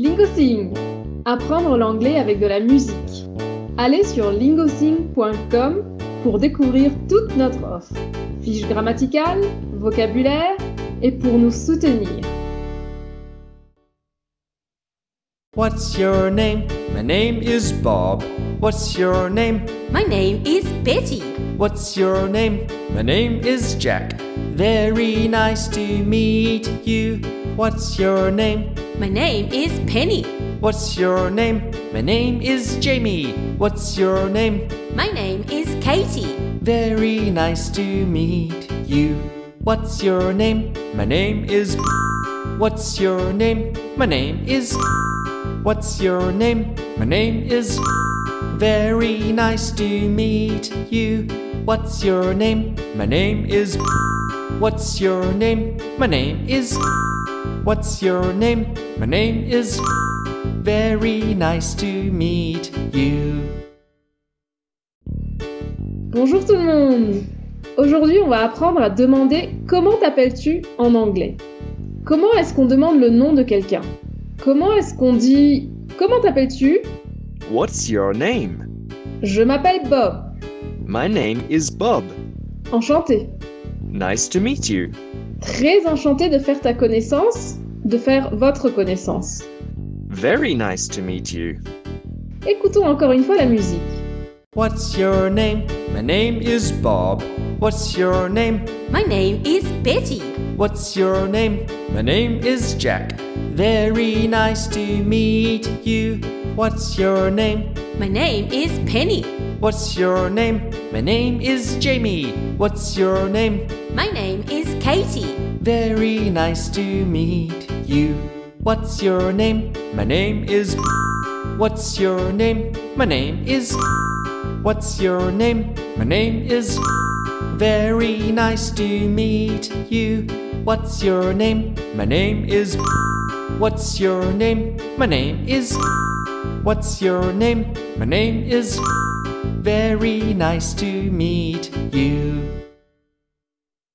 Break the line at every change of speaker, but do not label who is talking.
Lingosing Apprendre l'anglais avec de la musique. Allez sur lingosing.com pour découvrir toute notre offre. Fiches grammaticales, vocabulaire et pour nous soutenir.
What's your name? My name is Bob. What's your name?
My name is Betty.
What's your name? My name is Jack. Very nice to meet you. What's your name?
My name is Penny.
What's your name? My name is Jamie. What's your name?
My name is Katie.
Very nice to meet you. What's your name? My name is. What's your name? My name is. What's your name? My name is. Very nice to meet you. What's your name? My name is. What's your name? My name is. What's your name? My name is. Very nice to meet you.
Bonjour tout le monde Aujourd'hui, on va apprendre à demander comment t'appelles-tu en anglais. Comment est-ce qu'on demande le nom de quelqu'un Comment est-ce qu'on dit comment t'appelles-tu
What's your name?
Je m'appelle Bob.
My name is Bob.
Enchanté.
Nice to meet you.
Très enchanté de faire ta connaissance, de faire votre connaissance.
Very nice to meet you.
Écoutons encore une fois la musique.
What's your name? My name is Bob. What's your name?
My name is Betty.
What's your name? My name is Jack. Very nice to meet you. What's your name?
My name is Penny.
What's your name? My name is Jamie. What's your name?
My name is Katie.
Very nice to meet you. What's your name? My name is. What's your name? My name is. What's your name? My name is. Very nice to meet you. What's your name? My name is. What's your name? My name is. What's your name? My name is. Very nice to meet you.